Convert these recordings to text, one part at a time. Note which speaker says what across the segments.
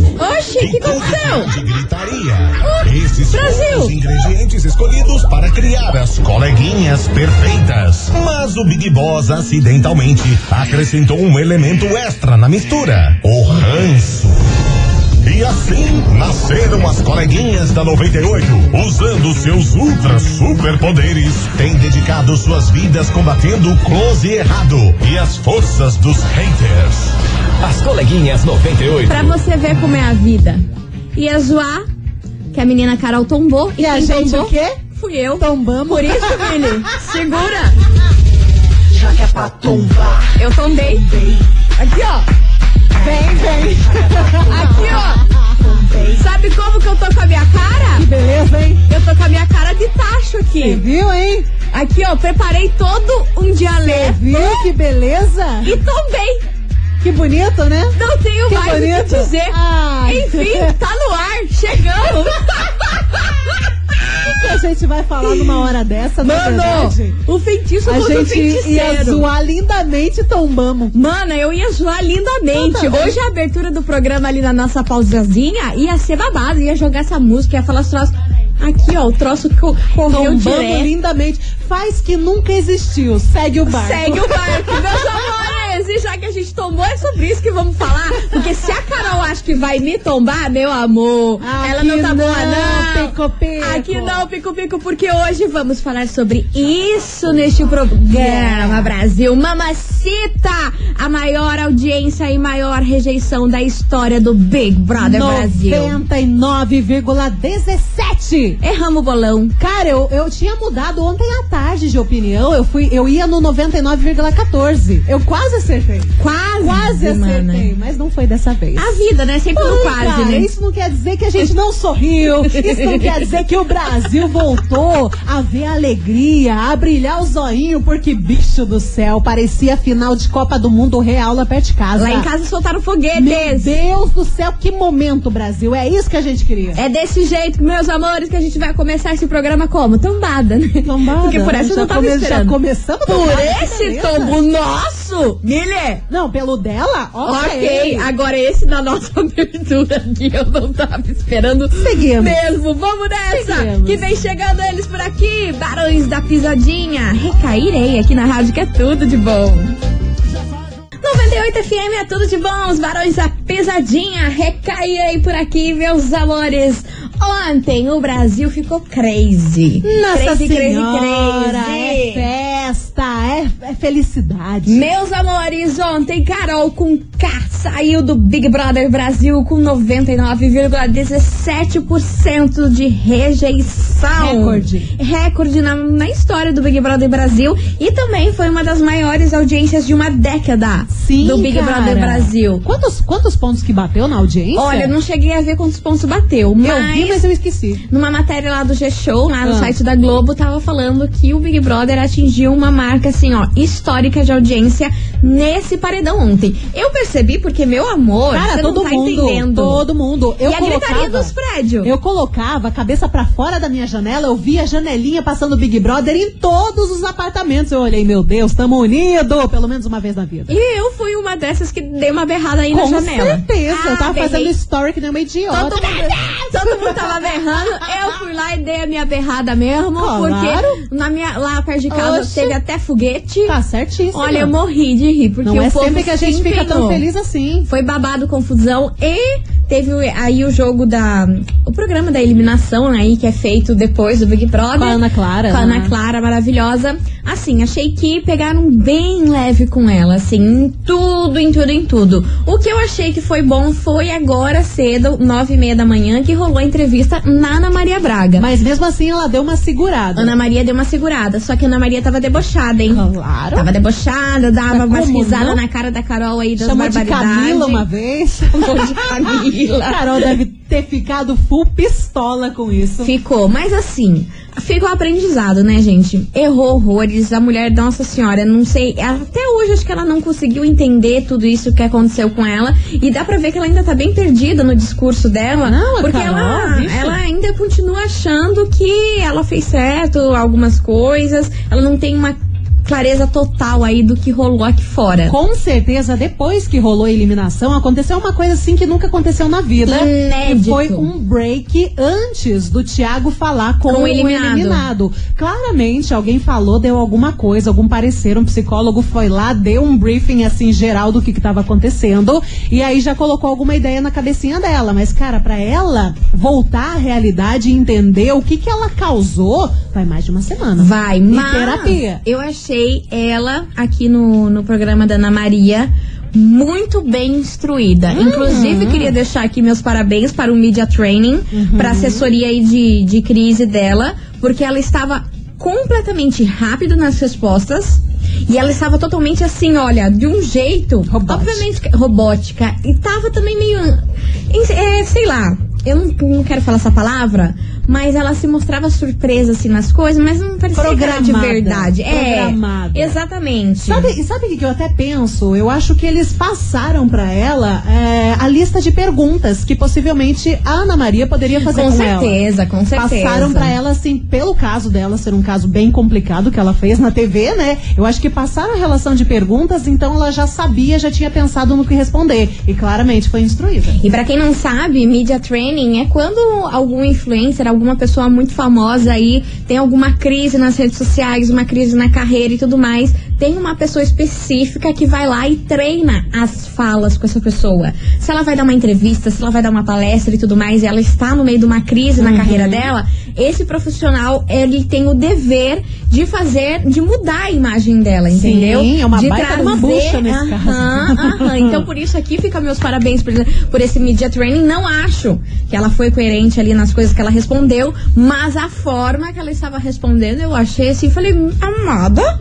Speaker 1: O que aconteceu?
Speaker 2: de gritaria. Esses
Speaker 1: Brasil!
Speaker 2: foram os ingredientes escolhidos para criar as coleguinhas perfeitas. Mas o Big Boss acidentalmente acrescentou um elemento extra na mistura: o ranço. E assim nasceram as coleguinhas da 98, usando seus ultra superpoderes, têm dedicado suas vidas combatendo o close e errado e as forças dos haters.
Speaker 3: As coleguinhas 98.
Speaker 1: Pra você ver como é a vida. Ia zoar que a menina Carol tombou. E,
Speaker 4: a
Speaker 1: quem
Speaker 4: gente
Speaker 1: tombou
Speaker 4: o quê?
Speaker 1: Fui eu.
Speaker 4: Tombamos.
Speaker 1: Por isso, Vini, segura. Eu tombei. Aqui, ó.
Speaker 4: Vem, vem.
Speaker 1: Aqui, ó. Sabe como que eu tô com a minha cara?
Speaker 4: Beleza, hein?
Speaker 1: Eu tô com a minha cara de tacho aqui.
Speaker 4: Viu, hein?
Speaker 1: Aqui, ó, preparei todo um dialeto
Speaker 4: Viu que beleza?
Speaker 1: e tombei.
Speaker 4: Que bonito, né?
Speaker 1: Não tenho
Speaker 4: Que
Speaker 1: mais o
Speaker 4: bonito.
Speaker 1: que dizer.
Speaker 4: Ai.
Speaker 1: Enfim, tá no ar. Chegamos.
Speaker 4: O que a gente vai falar numa hora dessa, na
Speaker 1: Mano,
Speaker 4: verdade?
Speaker 1: o feitiço
Speaker 4: A
Speaker 1: contra o
Speaker 4: gente ia
Speaker 1: feiticeiro.
Speaker 4: zoar lindamente e tombamos.
Speaker 1: Mano, eu ia zoar lindamente.
Speaker 4: Eu também.
Speaker 1: Hoje a abertura do programa ali na nossa pausazinha ia ser babado, ia jogar essa música, ia falar os troços. Aqui, ó, o troço co correu
Speaker 4: Tombamos
Speaker 1: direto.
Speaker 4: lindamente. Faz que nunca existiu. Segue o barco.
Speaker 1: Segue o barco, meus amores. E já que a gente tombou, é sobre isso que vamos falar. Porque se a Carol acha que vai me tombar, meu amor,
Speaker 4: Aqui
Speaker 1: ela não tá boa,
Speaker 4: Ah, não,
Speaker 1: não.
Speaker 4: pico-pico.
Speaker 1: Aqui não, Pico Pico, porque hoje vamos falar sobre isso neste programa, Brasil. Mamacita, a maior audiência e maior rejeição da história do Big Brother é Brasil.
Speaker 4: 99,17.
Speaker 1: Erramos o bolão.
Speaker 4: Cara, eu, eu tinha mudado ontem à tarde de opinião. Eu fui, eu ia no 99,14. Eu quase acertei.
Speaker 1: Quase,
Speaker 4: Quase
Speaker 1: mana.
Speaker 4: acertei, mas não foi dessa vez.
Speaker 1: A vida, né? Sempre no
Speaker 4: Porra,
Speaker 1: quase, né?
Speaker 4: Isso não quer dizer que a gente não sorriu. Isso não quer dizer que o Brasil voltou a ver a alegria, a brilhar o zoinho, porque bicho do céu, parecia a final de Copa do Mundo real lá perto de casa.
Speaker 1: Lá em casa soltaram
Speaker 4: Meu
Speaker 1: foguetes.
Speaker 4: Deus do céu, que momento, Brasil. É isso que a gente queria.
Speaker 1: É desse jeito, meus amores, que a gente vai começar esse programa como? Tombada, né?
Speaker 4: Tombada,
Speaker 1: Porque por essa eu
Speaker 4: já
Speaker 1: não tava
Speaker 4: come- já
Speaker 1: esperando.
Speaker 4: começamos
Speaker 1: Por
Speaker 4: tombada,
Speaker 1: esse
Speaker 4: beleza.
Speaker 1: tombo nosso, Mille!
Speaker 4: Não, pelo dela,
Speaker 1: Ok,
Speaker 4: ok.
Speaker 1: agora esse da nossa abertura aqui eu não tava esperando
Speaker 4: Seguimos.
Speaker 1: mesmo. Vamos nessa!
Speaker 4: Seguimos.
Speaker 1: Que vem chegando eles por aqui, Barões da Pisadinha. Recairei aqui na rádio que é tudo de bom. 98 FM é tudo de bom, os Barões da Pisadinha. Recairei por aqui, meus amores. Ontem o Brasil ficou crazy.
Speaker 4: Nossa
Speaker 1: crazy,
Speaker 4: senhora,
Speaker 1: crazy,
Speaker 4: é
Speaker 1: crazy.
Speaker 4: festa, é, é felicidade.
Speaker 1: Meus amores, ontem Carol com K saiu do Big Brother Brasil com 99,17% de rejeição.
Speaker 4: Recorde.
Speaker 1: Recorde na, na história do Big Brother Brasil e também foi uma das maiores audiências de uma década
Speaker 4: Sim,
Speaker 1: do Big
Speaker 4: cara.
Speaker 1: Brother Brasil.
Speaker 4: Quantos, quantos pontos que bateu na audiência?
Speaker 1: Olha, eu não tá cheguei a ver quantos pontos bateu, mas...
Speaker 4: Eu vi, mas eu esqueci.
Speaker 1: Numa matéria lá do G-Show, lá no
Speaker 4: Ah.
Speaker 1: site da Globo, tava falando que o Big Brother atingiu uma marca, assim, ó, histórica de audiência nesse paredão ontem. Eu percebi porque, meu amor,
Speaker 4: Cara,
Speaker 1: você
Speaker 4: todo
Speaker 1: não tá
Speaker 4: mundo,
Speaker 1: entendendo.
Speaker 4: todo mundo. Eu
Speaker 1: e a gritaria
Speaker 4: colocava,
Speaker 1: dos prédios.
Speaker 4: eu colocava a cabeça pra fora da minha janela, eu via a janelinha passando o Big Brother em todos os apartamentos. Eu olhei, meu Deus, tamo unido, pelo menos uma vez na vida.
Speaker 1: E eu fui uma dessas que dei uma berrada aí
Speaker 4: Com
Speaker 1: na janela. Ah,
Speaker 4: certeza, eu tava
Speaker 1: berrei.
Speaker 4: fazendo story que nem uma idiota.
Speaker 1: Todo mundo, todo mundo tava berrando. Eu fui lá e dei a minha berrada mesmo.
Speaker 4: Claro.
Speaker 1: Porque na minha, lá perto de casa
Speaker 4: Oxe.
Speaker 1: teve até foguete.
Speaker 4: Tá certíssimo.
Speaker 1: Olha, eu morri de rir, porque
Speaker 4: Não
Speaker 1: o
Speaker 4: é
Speaker 1: povo
Speaker 4: sempre que a gente
Speaker 1: se
Speaker 4: fica tão
Speaker 1: empenhou.
Speaker 4: feliz assim.
Speaker 1: Foi babado, confusão e teve o- aí o jogo da. O programa da eliminação aí, que é feito depois do Big Brother.
Speaker 4: Com a Ana Clara,
Speaker 1: Com a Ana
Speaker 4: né?
Speaker 1: Clara, maravilhosa. Assim, achei que pegaram bem leve com ela, assim, em tudo, em tudo, em tudo. O que eu achei que foi bom foi agora cedo, nove e meia da manhã, que rolou a entrevista na Ana Maria Braga.
Speaker 4: Mas mesmo assim ela deu uma segurada.
Speaker 1: Ana Maria deu uma segurada, só que a Ana Maria tava debochada, hein?
Speaker 4: Claro.
Speaker 1: Tava debochada, dava
Speaker 4: Mas
Speaker 1: umas
Speaker 4: como
Speaker 1: risadas
Speaker 4: não?
Speaker 1: na cara da Carol aí das
Speaker 4: Chamou de
Speaker 1: barbaridades.
Speaker 4: Camila uma vez.
Speaker 1: Chamou de Camila.
Speaker 4: Carol deve ter ficado full pistola com isso.
Speaker 1: Ficou, mas assim, fica o aprendizado, né, gente? Errou horrores, a mulher, nossa senhora, não sei, até hoje acho que ela não conseguiu entender tudo isso que aconteceu com ela, e dá pra ver que ela ainda tá bem perdida no discurso dela,
Speaker 4: Não, tá a
Speaker 1: porque
Speaker 4: Carol,
Speaker 1: ela,
Speaker 4: bicho.
Speaker 1: ela ainda continua achando que ela fez certo algumas coisas, ela não tem uma clareza total aí do que rolou aqui fora.
Speaker 4: Com certeza, depois que rolou a eliminação, aconteceu uma coisa assim que nunca aconteceu na vida.
Speaker 1: Inédito.
Speaker 4: E Foi um break antes do Thiago falar com
Speaker 1: Com o
Speaker 4: o
Speaker 1: Um eliminado.
Speaker 4: eliminado. Claramente, alguém falou, deu alguma coisa, algum parecer, um psicólogo foi lá, deu um briefing assim geral do que estava acontecendo. E aí já colocou alguma ideia na cabecinha dela. Mas, cara, pra ela voltar à realidade e entender o que, que ela causou, vai mais de uma semana.
Speaker 1: Vai,
Speaker 4: E
Speaker 1: mas
Speaker 4: terapia.
Speaker 1: eu achei ela aqui no, no programa da Ana Maria muito bem instruída.
Speaker 4: Hum.
Speaker 1: Inclusive, queria deixar aqui meus parabéns para o Media Training,
Speaker 4: Uhum.
Speaker 1: para a assessoria aí de, de crise dela, porque ela estava completamente rápida nas respostas. E ela estava totalmente assim, olha, de um jeito,
Speaker 4: Robótica.
Speaker 1: obviamente que- robótica, e tava também meio, em- é, sei lá, eu não, não quero falar essa palavra, mas ela se mostrava surpresa assim nas coisas, mas não parecia
Speaker 4: Programada.
Speaker 1: de verdade.
Speaker 4: Programada.
Speaker 1: É, exatamente.
Speaker 4: Sabe, e sabe o que que eu até penso? Eu acho que eles passaram pra ela é, a lista de perguntas que possivelmente a Ana Maria poderia fazer
Speaker 1: com
Speaker 4: com ela.
Speaker 1: certeza, com certeza.
Speaker 4: Passaram pra ela, assim, pelo caso dela ser um caso bem complicado que ela fez na TV, né? Eu acho que passaram a relação de perguntas, então ela já sabia, já tinha pensado no que responder. E claramente foi instruída.
Speaker 1: E pra quem não sabe, media training é quando algum influencer, alguma pessoa muito famosa aí tem alguma crise nas redes sociais, uma crise na carreira e tudo mais, tem uma pessoa específica que vai lá e treina as falas com essa pessoa. Se ela vai dar uma entrevista, se ela vai dar uma palestra e tudo mais, e ela está no meio de uma crise
Speaker 4: Uhum.
Speaker 1: na carreira dela, esse profissional ele tem o dever de fazer, de mudar a imagem dela,
Speaker 4: Sim,
Speaker 1: entendeu?
Speaker 4: é uma
Speaker 1: de
Speaker 4: baita de uma bucha nesse
Speaker 1: aham,
Speaker 4: caso. né?
Speaker 1: aham. Então por isso aqui fica meus parabéns por, por esse media training. Não acho que ela foi coerente ali nas coisas que ela respondeu, mas a forma que ela estava respondendo, eu achei assim, falei, amada?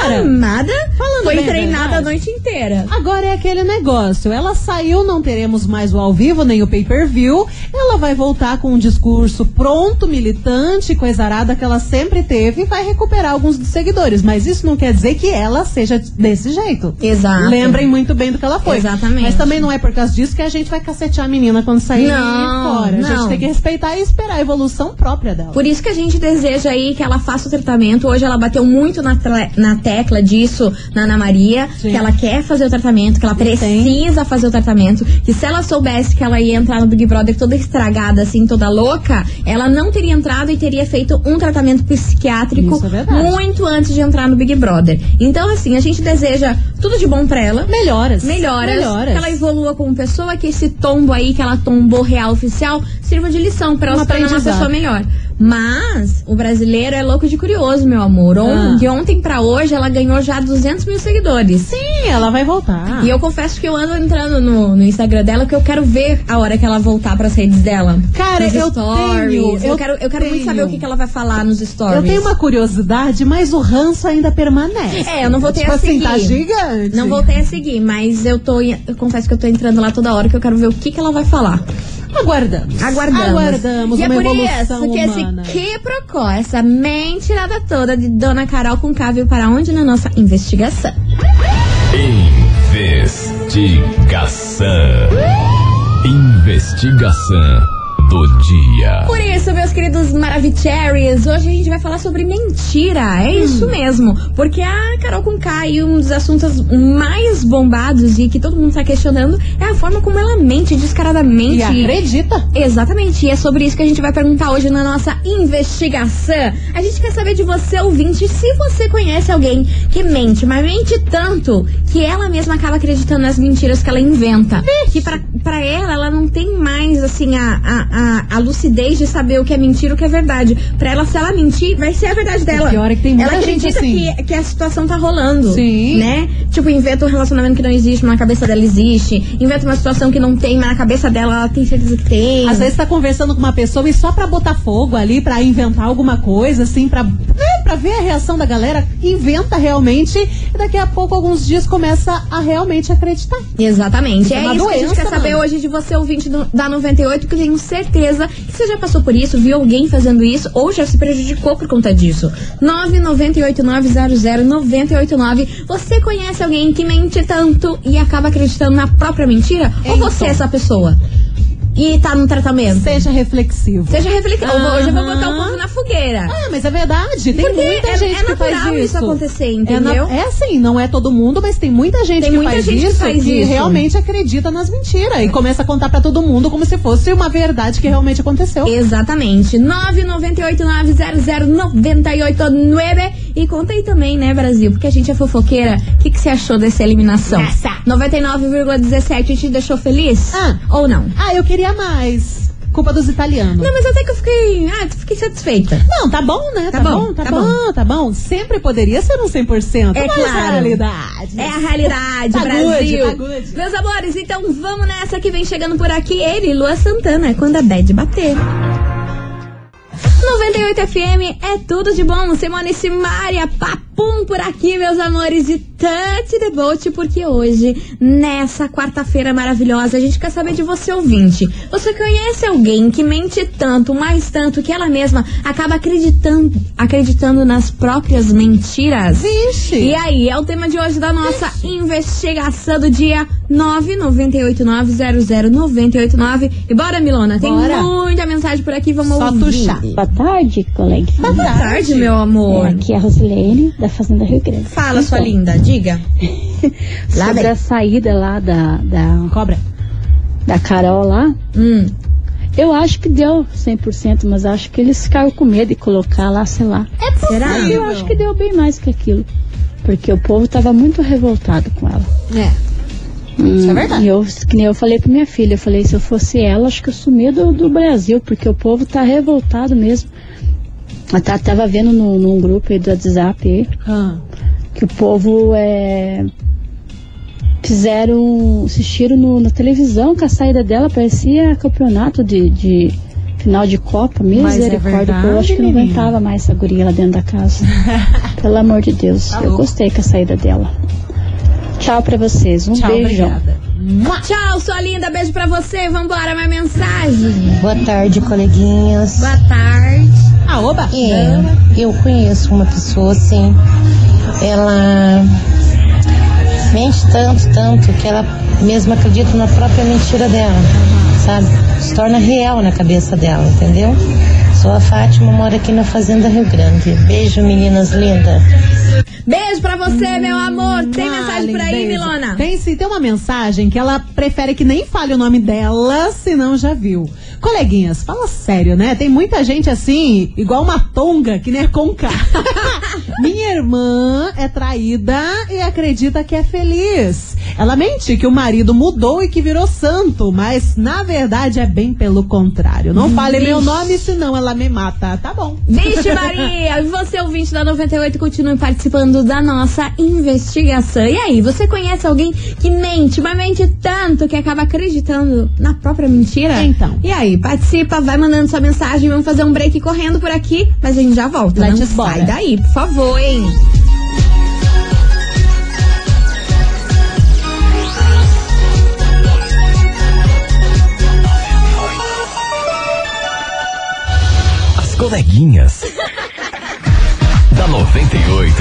Speaker 1: Cara, amada?
Speaker 4: falando
Speaker 1: foi
Speaker 4: bem a
Speaker 1: treinada a
Speaker 4: verdade.
Speaker 1: noite inteira.
Speaker 4: Agora é aquele negócio. Ela saiu, não teremos mais o ao vivo nem o pay-per-view. Ela vai voltar com um discurso pronto, militante, coisarada que ela sempre teve e vai recuperar alguns dos seguidores. Mas isso não quer dizer que ela seja desse jeito.
Speaker 1: Exato.
Speaker 4: Lembrem muito bem do que ela foi.
Speaker 1: Exatamente.
Speaker 4: Mas também não é por causa disso que a gente vai cacetear a menina quando sair
Speaker 1: Não,
Speaker 4: fora. A
Speaker 1: não.
Speaker 4: gente tem que respeitar e esperar a evolução própria dela.
Speaker 1: Por isso que a gente deseja aí que ela faça o tratamento. Hoje ela bateu muito na, tle- na tecla disso na Ana Maria,
Speaker 4: Sim.
Speaker 1: que ela quer fazer o tratamento, que ela precisa fazer o tratamento. Que se ela soubesse que ela ia entrar no Big Brother toda estragada, assim, toda louca, ela não teria entrado e teria feito um tratamento psiquiátrico
Speaker 4: Isso é verdade.
Speaker 1: muito antes de entrar no Big Brother. Então, assim, a gente deseja tudo de bom pra ela.
Speaker 4: Melhoras.
Speaker 1: Melhoras,
Speaker 4: Melhoras.
Speaker 1: que ela evolua como pessoa, que esse tombo aí que ela tombou real oficial sirva de lição pra ela
Speaker 4: Um
Speaker 1: se tornar uma
Speaker 4: aprendizado.
Speaker 1: pessoa melhor. Mas o brasileiro é louco de curioso, meu amor. On-
Speaker 4: Ah.
Speaker 1: De ontem pra hoje ela ganhou já 200 mil seguidores.
Speaker 4: Sim, ela vai voltar.
Speaker 1: E eu confesso que eu ando entrando no, no Instagram dela que eu quero ver a hora que ela voltar pras redes dela.
Speaker 4: Cara,
Speaker 1: Nos
Speaker 4: eu
Speaker 1: stories.
Speaker 4: tenho,
Speaker 1: Eu,
Speaker 4: eu
Speaker 1: quero, eu quero muito
Speaker 4: tenho.
Speaker 1: saber o que, que ela vai falar nos stories.
Speaker 4: Eu tenho uma curiosidade, mas o ranço ainda permanece.
Speaker 1: É, eu não voltei
Speaker 4: tipo
Speaker 1: a
Speaker 4: assim,
Speaker 1: seguir.
Speaker 4: tá gigante.
Speaker 1: Não voltei a seguir, mas eu tô. em- Eu confesso que eu tô entrando lá toda hora que eu quero ver o que, que ela vai falar.
Speaker 4: Aguardamos.
Speaker 1: Aguardamos.
Speaker 4: Aguardamos
Speaker 1: e
Speaker 4: uma
Speaker 1: é por
Speaker 4: evolução
Speaker 1: isso que
Speaker 4: humana.
Speaker 1: esse que procó, essa mentirada toda de Dona Carol com K veio para onde na nossa investigação.
Speaker 3: Investigação. Investigação do dia.
Speaker 1: Por isso, meus queridos Maravicheries, hoje a gente vai falar sobre mentira.
Speaker 4: Hum.
Speaker 1: É isso mesmo. Porque a Carol com K e um dos assuntos mais bombados e que todo mundo tá questionando é a forma como ela mente descaradamente.
Speaker 4: E acredita?
Speaker 1: Exatamente, e é sobre isso que a gente vai perguntar hoje na nossa investigação. A gente quer saber de você, ouvinte, se você conhece alguém que mente, mas mente tanto que ela mesma acaba acreditando nas mentiras que ela inventa. Que pra, pra ela, ela não tem mais, assim, a, a, a, a lucidez de saber o que é mentira e o que é verdade. Pra ela, se ela mentir, vai ser a verdade dela.
Speaker 4: pior é que tem muita
Speaker 1: ela
Speaker 4: gente
Speaker 1: acredita
Speaker 4: assim.
Speaker 1: que, que a situação tá rolando.
Speaker 4: Sim.
Speaker 1: Né? Tipo, inventa um relacionamento que não existe, mas na cabeça dela existe. Inventa uma situação que não tem, mas na cabeça dela ela tem certeza que tem.
Speaker 4: Às vezes tá conversando com uma pessoa e só pra botar fogo ali, pra inventar alguma coisa, assim, pra, né, pra ver a reação da galera, inventa realmente e daqui a pouco, alguns dias, começa a realmente acreditar.
Speaker 1: Exatamente.
Speaker 4: é
Speaker 1: É,
Speaker 4: uma
Speaker 1: isso que a gente
Speaker 4: doença,
Speaker 1: quer saber
Speaker 4: mano.
Speaker 1: hoje de você, ouvinte do- da 98, que eu tenho certeza que você já passou por isso, viu alguém fazendo isso ou já se prejudicou por conta disso. 998900989. Você conhece alguém que mente tanto e acaba acreditando na própria mentira? ou
Speaker 4: Então.
Speaker 1: você é essa pessoa? e tá no tratamento.
Speaker 4: Seja reflexivo.
Speaker 1: Seja reflexivo.
Speaker 4: Aham.
Speaker 1: Hoje eu vou botar o ponto na fogueira.
Speaker 4: Ah, mas é verdade. Tem
Speaker 1: Porque
Speaker 4: muita
Speaker 1: é-
Speaker 4: gente
Speaker 1: é
Speaker 4: que faz
Speaker 1: natural
Speaker 4: isso.
Speaker 1: isso acontecer,
Speaker 4: É, na-
Speaker 1: entendeu?
Speaker 4: é assim, não é todo mundo, mas tem muita gente,
Speaker 1: Tem
Speaker 4: que,
Speaker 1: muita
Speaker 4: faz
Speaker 1: gente que
Speaker 4: isso,
Speaker 1: faz isso.
Speaker 4: realmente acredita nas mentiras e começa a contar pra todo mundo como se fosse uma verdade que realmente aconteceu.
Speaker 1: Exatamente. 998900989 e conta aí também, né, Brasil? Porque a gente é fofoqueira. O que, que você achou dessa eliminação?
Speaker 4: Nossa.
Speaker 1: 99,17 te deixou feliz?
Speaker 4: Ah.
Speaker 1: Ou não?
Speaker 4: Ah, eu queria mais. Culpa dos italianos.
Speaker 1: Não, mas até que eu fiquei. Ah, fiquei satisfeita.
Speaker 4: Não, tá bom, né?
Speaker 1: Tá
Speaker 4: Tá,
Speaker 1: bom,
Speaker 4: bom, tá,
Speaker 1: tá
Speaker 4: bom, tá bom. Sempre poderia ser um 100%,
Speaker 1: É
Speaker 4: mas
Speaker 1: claro.
Speaker 4: é a realidade.
Speaker 1: É a realidade,
Speaker 4: Tá
Speaker 1: Brasil.
Speaker 4: good, tá good.
Speaker 1: Meus amores, então vamos nessa que vem chegando por aqui. Ele, Lua Santana, é quando a bad bater. 98 FM é tudo de bom. Simone Simária, papum por aqui, meus amores. E touch the boat, porque hoje, nessa quarta-feira maravilhosa, a gente quer saber de você, ouvinte. Você conhece alguém que mente tanto, mais tanto, que ela mesma acaba acreditando, acreditando nas próprias mentiras?
Speaker 4: Vixe.
Speaker 1: E aí, é o tema de hoje da nossa investigação do dia 998900989. E bora, Milona, tem
Speaker 4: Bora.
Speaker 1: muita mensagem por aqui, vamos
Speaker 4: Só
Speaker 1: ouvir.
Speaker 4: tuchar.
Speaker 5: Boa tarde, colegas.
Speaker 1: Boa tarde, meu amor.
Speaker 5: Aqui é a Rosilene, da Fazenda Rio Grande.
Speaker 1: Fala, sua
Speaker 5: Então,
Speaker 1: linda, diga. lá
Speaker 5: Sobre
Speaker 1: vem.
Speaker 5: a saída lá da, da,
Speaker 4: Cobra.
Speaker 5: da Carol lá,
Speaker 1: Hum,
Speaker 5: eu acho que deu 100%, mas acho que eles ficaram com medo de colocar lá, sei lá.
Speaker 1: será?
Speaker 5: Mas eu acho que deu bem mais que aquilo, porque o povo tava muito revoltado com ela.
Speaker 4: É.
Speaker 5: Isso
Speaker 4: é verdade.
Speaker 5: E eu, que nem eu falei pra minha filha, eu falei, se eu fosse ela, acho que eu sumia do, do Brasil, porque o povo tá revoltado mesmo. Eu ta- tava vendo no, num grupo aí do WhatsApp aí,
Speaker 4: Ah.
Speaker 5: que o povo é, fizeram, assistiram no- na televisão com a saída dela, parecia campeonato de, de final de Copa,
Speaker 4: Mas é
Speaker 5: misericórdia, o povo acho que não
Speaker 4: verdade, menina.
Speaker 5: aguentava mais essa guria lá dentro da casa. Pelo amor de Deus,
Speaker 4: Tá
Speaker 5: eu gostei com a saída dela. Tchau pra vocês, um
Speaker 4: Tchau,
Speaker 5: beijão.
Speaker 4: obrigada. Mua.
Speaker 1: Tchau, sua linda, beijo pra você. Vambora, mais mensagem.
Speaker 6: Boa tarde, coleguinhas.
Speaker 1: Boa tarde.
Speaker 4: Ah, oba.
Speaker 6: É, eu conheço uma pessoa assim, ela mente tanto, tanto, que ela mesma acredita na própria mentira dela, sabe? Se torna real na cabeça dela, entendeu? Sou a Fátima, moro aqui na Fazenda Rio Grande. Beijo, meninas lindas.
Speaker 1: Beijo pra você, meu amor. Tem
Speaker 4: Ah,
Speaker 1: mensagem por aí,
Speaker 4: lindeza.
Speaker 1: Milona?
Speaker 4: Tem sim, tem uma mensagem que ela prefere que nem fale o nome dela, senão já viu. Coleguinhas, fala sério, né? Tem muita gente assim, igual uma tonga, que nem é conca. Minha irmã é traída e acredita que é feliz. Ela mente que o marido mudou e que virou santo, mas na verdade é bem pelo contrário. Não fale meu nome, senão ela me mata. Tá bom.
Speaker 1: Vixe Maria, e você ouvinte da 98 continue participando da nossa investigação. E aí, você conhece alguém que mente, mas mente tanto que acaba acreditando na própria mentira?
Speaker 4: Então.
Speaker 1: E aí, participa, vai mandando sua mensagem, vamos fazer um break correndo por aqui, mas a gente já volta.
Speaker 4: Let's
Speaker 1: Não
Speaker 4: bora.
Speaker 1: sai daí, por favor, hein?
Speaker 3: As coleguinhas. da 98.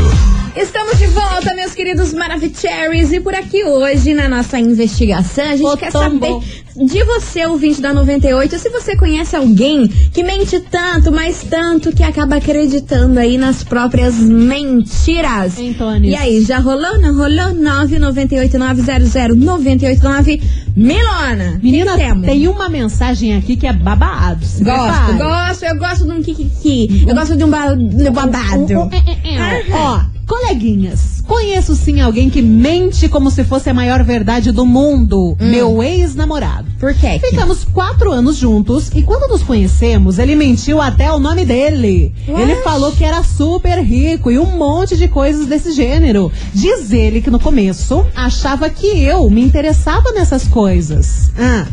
Speaker 1: Estamos de volta, meus queridos Maravicheries, e por aqui hoje na nossa investigação a gente
Speaker 4: Ô,
Speaker 1: quer
Speaker 4: tombo.
Speaker 1: saber de você, ouvinte da 98, se você conhece alguém que mente tanto, mas tanto que acaba acreditando aí nas próprias mentiras.
Speaker 4: Hein, Tony?
Speaker 1: E aí, já rolou? Não rolou? 998900989 Milona. que
Speaker 4: Menina,
Speaker 1: que temos?
Speaker 4: tem uma mensagem aqui que é babado. se
Speaker 1: Gosto,
Speaker 4: prepare.
Speaker 1: gosto, eu gosto de um kikiki. Eu gosto de um ba- de um babado.
Speaker 4: Um, um, é, é, é, ó. Ó, coleguinhas, conheço sim alguém que mente como se fosse a maior verdade do mundo. Meu ex-namorado.
Speaker 1: Por quê?
Speaker 4: Ficamos quatro anos juntos e quando nos conhecemos, ele mentiu até o nome dele.
Speaker 1: Ué?
Speaker 4: Ele falou que era super rico e um monte de coisas desse gênero. Diz ele que no começo achava que eu me interessava nessas coisas. Ah.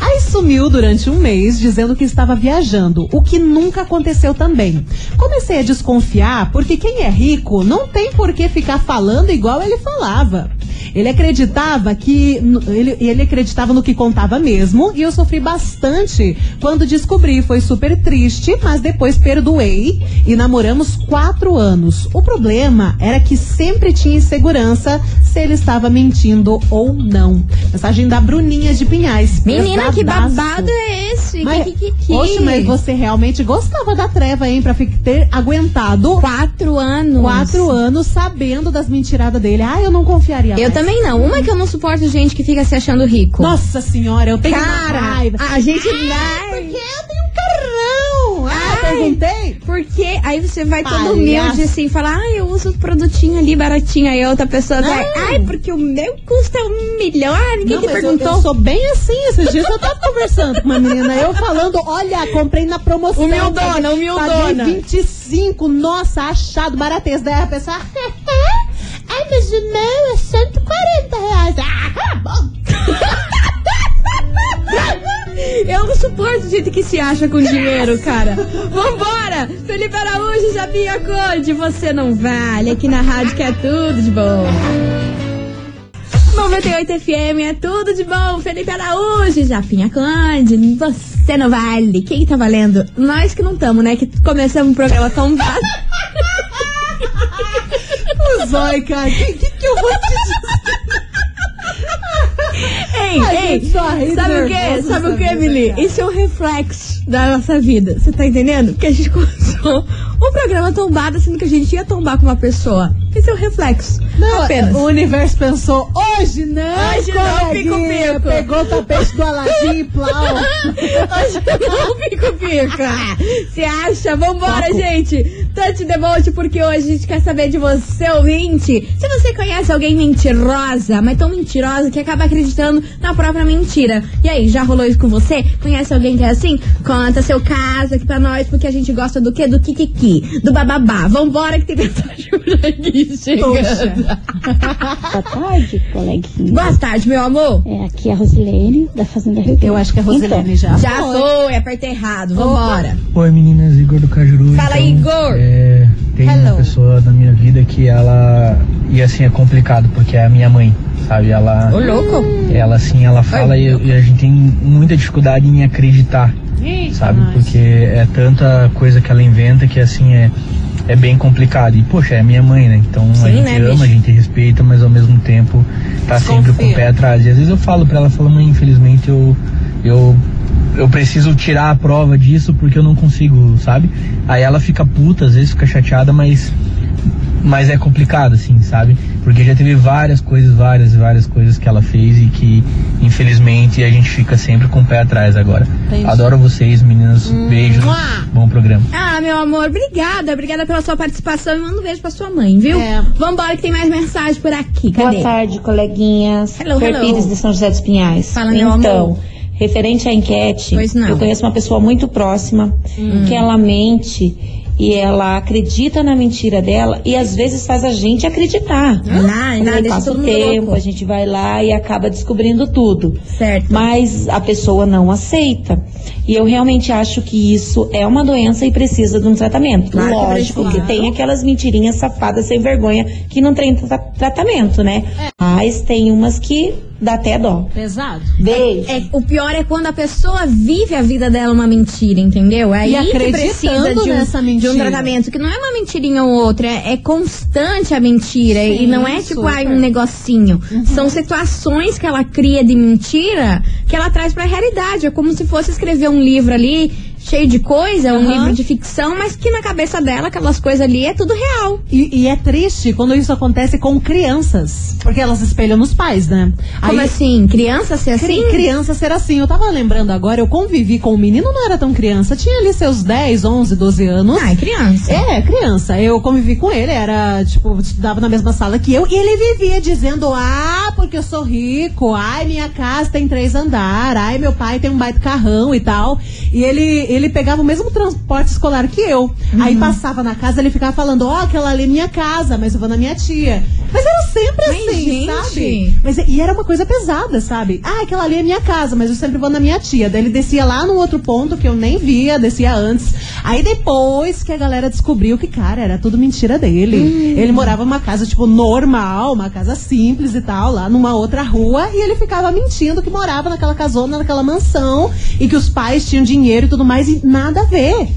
Speaker 4: Aí sumiu durante um mês dizendo que estava viajando, o que nunca aconteceu também. Comecei a desconfiar porque quem é rico não tem por que ficar falando igual ele falava. Ele acreditava que. Ele, ele acreditava no que contava mesmo. E eu sofri bastante quando descobri. Foi super triste, mas depois perdoei e namoramos quatro anos. O problema era que sempre tinha insegurança se ele estava mentindo ou não. Mensagem da Bruninha de Pinhais.
Speaker 1: Menina, que babado é esse?
Speaker 4: Mas,
Speaker 1: que, que, que, que?
Speaker 4: Oxe, mas você realmente gostava da treva, hein? Pra fi- ter aguentado
Speaker 1: Quatro anos.
Speaker 4: quatro anos sabendo das mentiradas dele. Ah, eu não confiaria
Speaker 1: Eu
Speaker 4: mais.
Speaker 1: também não. Uma que eu não suporto gente que fica se achando rico.
Speaker 4: Nossa senhora, eu tenho
Speaker 1: Tipo, Cara,
Speaker 4: uma raiva.
Speaker 1: a gente
Speaker 4: Ah,
Speaker 1: vai.
Speaker 4: Porque eu tenho um carrão. Ah,
Speaker 1: um Ai.
Speaker 4: perguntei?
Speaker 1: Porque aí você vai todo
Speaker 4: Palhaço.
Speaker 1: humilde assim, fala, ah, eu uso o produtinho ali baratinho. Aí a outra pessoa vai, ai, porque o meu custa um milhão. Ah, ninguém
Speaker 4: Não,
Speaker 1: te
Speaker 4: mas eu-
Speaker 1: perguntou.
Speaker 4: Eu, sou bem assim esses dias. Eu tava conversando com uma menina, eu falando, olha, comprei na promoção.
Speaker 1: Humildona,
Speaker 4: paguei-
Speaker 1: humildona.
Speaker 4: Paguei 25, nossa, achado, baratez. Daí a pessoa, ai, mas o meu é 140 reais. Ah, cala a boca.
Speaker 1: Eu não suporto o jeito que se acha com dinheiro, cara. Vambora! Felipe Araújo, Zabinha Conde, você não vale. Aqui na rádio que é tudo de bom. 98 FM é tudo de bom. Felipe Araújo, Japinha Conde, você não vale. Quem tá valendo? Nós que não estamos, né? Que começamos um programa tão vasto.
Speaker 4: Zói, cara, o que, que, que eu vou te dizer?
Speaker 1: Ei,
Speaker 4: A
Speaker 1: ei,
Speaker 4: gente só ri
Speaker 1: sabe o que?
Speaker 4: nervoso,
Speaker 1: Sabe o que,
Speaker 4: sabe,
Speaker 1: Emily?
Speaker 4: cara?
Speaker 1: Isso é um reflexo da nossa vida. Você tá entendendo? Porque a gente começou um programa tombado, sendo que a gente ia tombar com uma pessoa. Esse é um reflexo.
Speaker 4: Não,
Speaker 1: apenas.
Speaker 4: O universo pensou, hoje não,
Speaker 1: Hoje não,
Speaker 4: coleguinha.
Speaker 1: pico, pico.
Speaker 4: Pegou o tapete do Aladim e plau.
Speaker 1: Hoje não pico pico. Você acha? Vambora,
Speaker 4: Papo.
Speaker 1: gente. Touch the boat, porque hoje a gente quer saber de você, ouvinte. Se você conhece alguém mentirosa, mas tão mentirosa que acaba acreditando na própria mentira. E aí, já rolou isso com você? Conhece alguém que é assim? Conta seu caso aqui pra nós, porque a gente gosta do quê? Do kikiki, do bababá. Vambora que tem mensagem por aqui,
Speaker 4: Poxa.
Speaker 1: chega.
Speaker 5: Boa tarde, coleguinha.
Speaker 1: Boa tarde, meu amor.
Speaker 5: É, aqui é a Rosilene, da Fazenda Rio Grande. Então,
Speaker 4: Eu acho que é a
Speaker 1: Então.
Speaker 4: Rosilene já.
Speaker 1: Já foi, apertei errado. Vambora.
Speaker 7: Oi meninas, Igor do Cajuru.
Speaker 1: Fala, Igor.
Speaker 7: É, tem
Speaker 4: Hello.
Speaker 7: uma pessoa da minha vida que ela. E assim é complicado, porque é a minha mãe, sabe? Ela.
Speaker 1: Ô, louco.
Speaker 7: Ela assim, ela fala e, e a gente tem muita dificuldade em acreditar, sabe? Porque é tanta coisa que ela inventa que assim é, é bem complicado. E poxa, é minha mãe, né? Então a
Speaker 1: Sim,
Speaker 7: gente
Speaker 1: né,
Speaker 7: ama,
Speaker 1: bicho?
Speaker 7: a gente respeita, mas ao mesmo tempo tá sempre com
Speaker 4: Desconfia.
Speaker 7: o pé atrás. E às vezes eu falo pra ela, falo, mãe, infelizmente eu eu eu preciso tirar a prova disso porque eu não consigo, sabe? Aí ela fica puta, às vezes fica chateada, mas mas é complicado, assim, sabe? Porque já teve várias coisas, várias, várias coisas que ela fez e que, infelizmente, a gente fica sempre com o pé atrás agora.
Speaker 4: Entendi.
Speaker 7: Adoro vocês, meninas. Beijo.
Speaker 4: Mua.
Speaker 7: Bom programa.
Speaker 1: Ah, meu amor, obrigada. Obrigada pela sua participação e manda um beijo pra sua mãe, viu?
Speaker 4: É.
Speaker 1: Vambora que tem mais mensagem por aqui. Cadê?
Speaker 6: Boa tarde, coleguinhas.
Speaker 1: Hello,
Speaker 6: Fer
Speaker 1: hello.
Speaker 6: Pires de São José dos Pinhais.
Speaker 1: Fala, meu amor.
Speaker 6: então, referente à enquete,
Speaker 1: Pois não. Hum.
Speaker 6: eu conheço uma pessoa muito próxima que ela mente e ela acredita na mentira dela e às vezes faz a gente acreditar.
Speaker 1: Não, não,
Speaker 6: Aí
Speaker 1: deixa
Speaker 6: passa
Speaker 1: todo
Speaker 6: o
Speaker 1: mundo
Speaker 6: tempo,
Speaker 1: louco.
Speaker 6: a gente vai lá e acaba descobrindo tudo.
Speaker 1: Certo.
Speaker 6: Mas a pessoa não aceita. E eu realmente acho que isso é uma doença e precisa de um tratamento.
Speaker 1: Claro que
Speaker 6: Lógico que
Speaker 1: precisa.
Speaker 6: tem aquelas mentirinhas safadas sem vergonha que não tem tra- tratamento, né?
Speaker 1: É.
Speaker 6: Mas tem umas que dá até dó.
Speaker 4: Pesado.
Speaker 6: Beijo.
Speaker 1: É, o pior é quando a pessoa vive a vida dela uma mentira, entendeu? É
Speaker 4: E
Speaker 1: aí que
Speaker 4: acreditando
Speaker 1: precisa de um,
Speaker 4: nessa
Speaker 1: de
Speaker 4: mentira.
Speaker 1: um tratamento, que não é uma mentirinha ou outra, é, é constante a mentira. e não é tipo
Speaker 4: super. Uhum.
Speaker 1: ai, um negocinho. São situações que ela cria de mentira que ela traz pra realidade. É como se fosse escrever um livro ali cheio de coisa, um livro de ficção, mas que na cabeça dela aquelas coisas ali é tudo real.
Speaker 4: E, e é triste quando isso acontece com crianças, porque elas espelham nos pais, né?
Speaker 1: Como
Speaker 4: Aí,
Speaker 1: assim? Criança ser
Speaker 4: cri-
Speaker 1: assim?
Speaker 4: criança ser assim. Eu tava lembrando agora, eu convivi com um menino, não era tão criança, tinha ali seus 10, 11, 12 anos.
Speaker 1: Ah, é criança.
Speaker 4: É, criança. Eu convivi com ele, era, tipo, estudava na mesma sala que eu, e ele vivia dizendo, ah, porque eu sou rico, ai, minha casa tem três andares, ai, meu pai tem um baita carrão e tal. E ele, ele ele pegava o mesmo transporte escolar que eu. Aí passava na casa, ele ficava falando, ó, aquela ali é minha casa, mas eu vou na minha tia. Mas era sempre
Speaker 1: Mas,
Speaker 4: assim,
Speaker 1: gente.
Speaker 4: sabe? Mas, é, e era uma coisa pesada, sabe? Ah, aquela ali é minha casa, mas eu sempre vou na minha tia. Daí ele descia lá num outro ponto que eu nem via, descia antes. Aí depois que a galera descobriu que, cara, era tudo mentira dele. Ele morava numa casa, tipo, normal, uma casa simples e tal, lá numa outra rua, e ele ficava mentindo que morava naquela casona, naquela mansão, e que os pais tinham dinheiro e tudo mais, e nada a ver.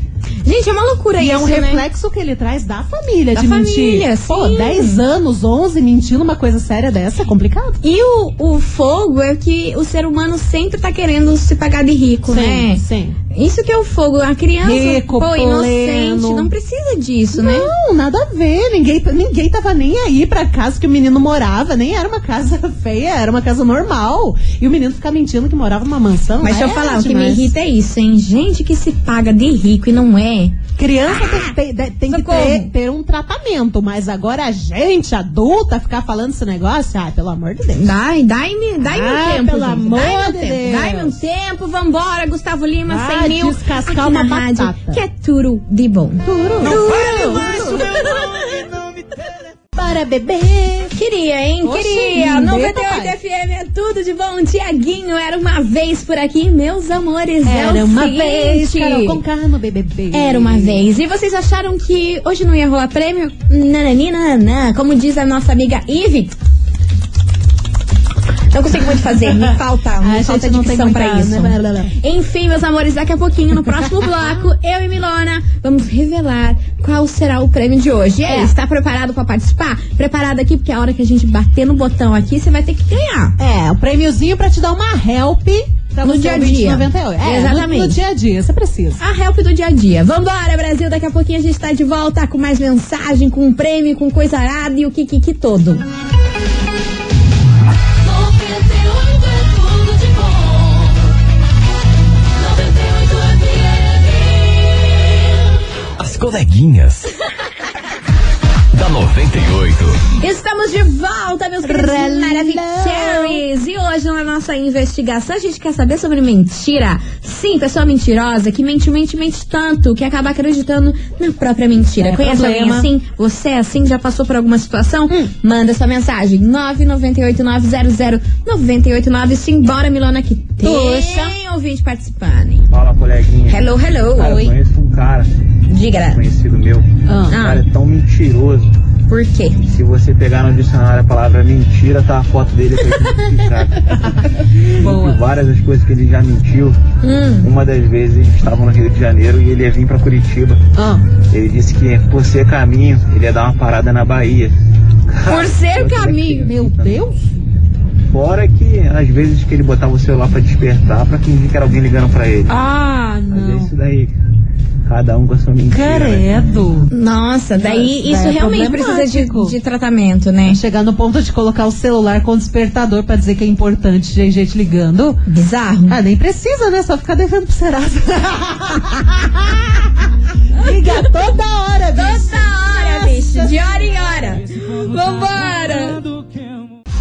Speaker 1: Gente, é uma loucura
Speaker 4: E
Speaker 1: isso,
Speaker 4: é um
Speaker 1: né?
Speaker 4: reflexo que ele traz da família
Speaker 1: Da
Speaker 4: de
Speaker 1: família,
Speaker 4: mentir. Pô,
Speaker 1: sim.
Speaker 4: 10 anos, 11, mentindo uma coisa séria dessa é complicado.
Speaker 1: E o, o fogo é que o ser humano sempre tá querendo se pagar de rico, né?
Speaker 4: sim.
Speaker 1: Isso que é o fogo. A criança,
Speaker 4: Rico,
Speaker 1: pô, inocente,
Speaker 4: pleno.
Speaker 1: não precisa disso, né?
Speaker 4: Não, nada a ver. Ninguém, ninguém tava nem aí pra casa que o menino morava. Nem era uma casa feia, era uma casa normal. E o menino ficar mentindo que morava numa mansão.
Speaker 1: Mas
Speaker 4: né?
Speaker 1: deixa eu falar,
Speaker 4: É
Speaker 1: o que me
Speaker 4: demais.
Speaker 1: irrita é isso, hein? Gente que se paga de rico e não é.
Speaker 4: Criança tem, tem- tem que
Speaker 1: socorro.
Speaker 4: ter, ter um tratamento, mas agora a gente, adulta, ficar falando esse negócio, ah, pelo amor de Deus.
Speaker 1: Dai, dai-me dai
Speaker 4: Ah,
Speaker 1: meu tempo.
Speaker 4: pelo
Speaker 1: gente.
Speaker 4: amor
Speaker 1: dai meu
Speaker 4: de
Speaker 1: tempo.
Speaker 4: Deus.
Speaker 1: Dai meu tempo, vambora, Gustavo Lima,
Speaker 4: Ah,
Speaker 1: 100 mil.
Speaker 4: descascar
Speaker 1: aqui
Speaker 4: uma
Speaker 1: na rádio,
Speaker 4: batata.
Speaker 1: que é tudo de bom.
Speaker 4: Duro. Para beber.
Speaker 1: Queria, hein?
Speaker 4: Oxe,
Speaker 1: Queria!
Speaker 4: lindo,
Speaker 1: 98
Speaker 4: papai.
Speaker 1: FM é tudo de bom. Tiaguinho, era uma vez por aqui, meus amores. é
Speaker 4: Era
Speaker 1: o
Speaker 4: uma
Speaker 1: seguinte.
Speaker 4: vez, Carol Conká no BBB.
Speaker 1: é? Era uma vez. E vocês acharam que hoje não ia rolar prêmio? Nananina, como diz a nossa amiga Ive. Não consigo muito fazer, me falta, me
Speaker 4: A
Speaker 1: falta
Speaker 4: gente não tem
Speaker 1: dicção
Speaker 4: muita-
Speaker 1: pra isso.
Speaker 4: né, blá, blá, blá.
Speaker 1: Enfim, meus amores, daqui a pouquinho, no próximo bloco, eu e Milona vamos revelar qual será o prêmio de hoje. E
Speaker 4: É.
Speaker 1: aí, está preparado pra participar? Preparado aqui, porque a hora que a gente bater no botão aqui, você vai ter que ganhar.
Speaker 4: É, o prêmiozinho pra te dar uma help pra
Speaker 1: No
Speaker 4: você
Speaker 1: dia a
Speaker 4: ouvinte
Speaker 1: dia.
Speaker 4: 98. É,
Speaker 1: Exatamente.
Speaker 4: No, no dia a dia, você precisa.
Speaker 1: a help do dia a dia. Vambora, Brasil! Daqui a pouquinho a gente tá de volta com mais mensagem, com prêmio, com coisa arada e o Kikiki todo.
Speaker 3: As coleguinhas. da 98.
Speaker 1: Estamos de volta, meus queridos
Speaker 4: Relão.
Speaker 1: maravilhosos! E hoje na nossa investigação a gente quer saber sobre mentira. Sim, pessoa mentirosa que mente, mente, mente tanto que acaba acreditando na própria mentira.
Speaker 4: É
Speaker 1: Conhece
Speaker 4: problema. Hum.
Speaker 1: alguém assim? Você é assim? Já passou por alguma situação? Manda sua mensagem. 998900989. Simbora, Milona, que tem
Speaker 4: Puxa.
Speaker 1: ouvinte participando. hein?
Speaker 7: Fala, coleguinha.
Speaker 1: Hello, hello.
Speaker 7: Cara, eu
Speaker 1: Oi.
Speaker 7: conheço um cara,
Speaker 1: Diga.
Speaker 7: conhecido meu. O
Speaker 1: Ah.
Speaker 7: cara é tão mentiroso.
Speaker 1: Por quê?
Speaker 7: Se você pegar no dicionário a palavra mentira, tá a foto dele pra gente ficar.
Speaker 4: Boa.
Speaker 7: Entre várias das coisas que ele já mentiu,
Speaker 1: Hum.
Speaker 7: uma das vezes eles estavam no Rio de Janeiro e ele ia vir pra Curitiba.
Speaker 4: Ah,
Speaker 7: Ele disse que por ser caminho, ele ia dar uma parada na Bahia.
Speaker 1: Por ser caminho.
Speaker 4: meu Deus.
Speaker 7: Fora que às vezes que ele botava o celular pra despertar pra fingir que era alguém ligando pra ele.
Speaker 4: Ah,
Speaker 7: Mas é
Speaker 4: não.
Speaker 7: isso daí. Cada um com a sua mentira. né?
Speaker 4: Credo.
Speaker 1: Nossa, daí
Speaker 4: Nossa,
Speaker 1: isso
Speaker 4: é
Speaker 1: realmente precisa de,
Speaker 4: problemático.
Speaker 1: de tratamento, né?
Speaker 4: Chegar no ponto de colocar o celular com despertador pra dizer que é importante, tem gente ligando.
Speaker 1: Bizarro.
Speaker 4: Ah, nem precisa, né? Só ficar devendo pro Serasa. Liga toda hora, bicho.
Speaker 1: Toda hora, bicho. De hora em hora. Vambora!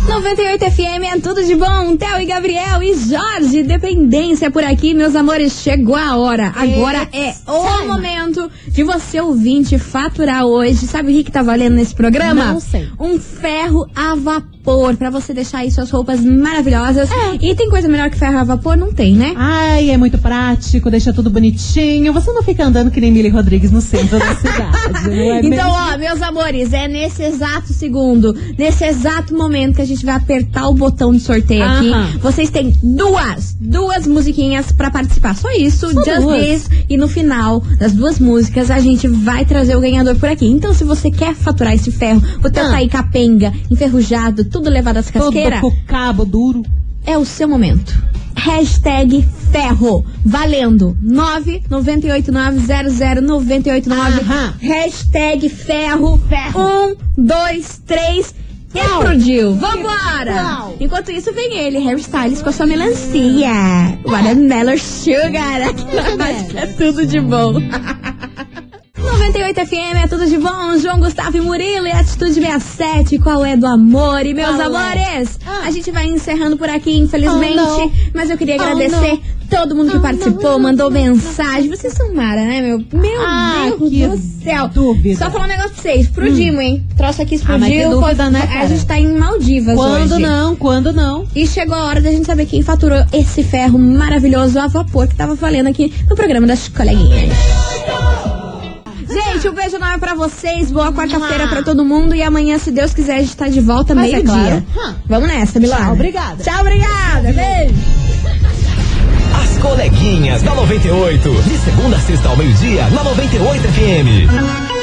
Speaker 1: 98 FM é tudo de bom. Theo e Gabriel e Jorge, dependência por aqui, meus amores. Chegou a hora. Agora é o
Speaker 4: time.
Speaker 1: momento de você ouvinte faturar hoje. Sabe o que, que tá valendo nesse programa?
Speaker 4: Não sei.
Speaker 1: Um ferro a vapor pra você deixar aí suas roupas maravilhosas. E tem coisa melhor que ferro a vapor? Não tem, né?
Speaker 4: Ai, é muito prático, deixa tudo bonitinho. Você não fica andando que nem Mili Rodrigues no centro da cidade, não é
Speaker 1: Então,
Speaker 4: mesmo?
Speaker 1: ó, meus amores, é nesse exato segundo, nesse exato momento que a gente vai apertar o botão de sorteio aqui.
Speaker 4: Aham.
Speaker 1: Vocês têm duas, duas musiquinhas pra participar. Só isso,
Speaker 4: Só
Speaker 1: just
Speaker 4: duas.
Speaker 1: this. E no final das duas músicas, a gente vai trazer o ganhador por aqui. Então, se você quer faturar esse ferro, o teu
Speaker 4: Ah.
Speaker 1: tá aí capenga, enferrujado, tudo levado às
Speaker 4: Todo
Speaker 1: casqueiras,
Speaker 4: com o cabo duro.
Speaker 1: é o seu momento. Hashtag ferro. Valendo. 998900989.
Speaker 4: Aham.
Speaker 1: Hashtag ferro.
Speaker 4: Ferro.
Speaker 1: Um, dois, três.
Speaker 4: Pau.
Speaker 1: Explodiu. Vambora.
Speaker 4: Pau.
Speaker 1: Enquanto isso, vem ele, Harry Styles, com a sua melancia. Watermelon Sugar. Aqui na Rádio é tudo de bom. 98 FM, é tudo de bom. João Gustavo e Murilo e Atitude 67. Qual é do amor? E meus
Speaker 4: Qual é?
Speaker 1: amores,
Speaker 4: Ah.
Speaker 1: a gente vai encerrando por aqui, infelizmente.
Speaker 4: Oh, não. Ah,
Speaker 1: mas eu queria
Speaker 4: Oh,
Speaker 1: agradecer todo mundo que participou, mandou mensagem. Vocês são mara, né, meu? Meu
Speaker 4: Ah,
Speaker 1: Deus
Speaker 4: que
Speaker 1: do céu.
Speaker 4: dúvida.
Speaker 1: Só falar um negócio pra vocês. Explodimos, hein? O troço aqui
Speaker 4: Ah,
Speaker 1: explodiu.
Speaker 4: mas que dúvida,
Speaker 1: foi-
Speaker 4: né, cara?
Speaker 1: a gente tá em Maldivas
Speaker 4: Quando
Speaker 1: hoje.
Speaker 4: não, quando não.
Speaker 1: E chegou a hora da gente saber quem faturou esse ferro maravilhoso a vapor que tava valendo aqui no programa das coleguinhas. Gente, um beijo enorme pra vocês, boa quarta-feira pra todo mundo e amanhã, se Deus quiser, a gente tá de volta
Speaker 4: Mas é
Speaker 1: meio-dia.
Speaker 4: claro. Hum.
Speaker 1: Vamos nessa, Milana.
Speaker 4: Tchau, obrigada.
Speaker 1: Tchau, obrigada. Beijo.
Speaker 3: As coleguinhas da 98. De segunda a sexta ao meio-dia, na 98 FM.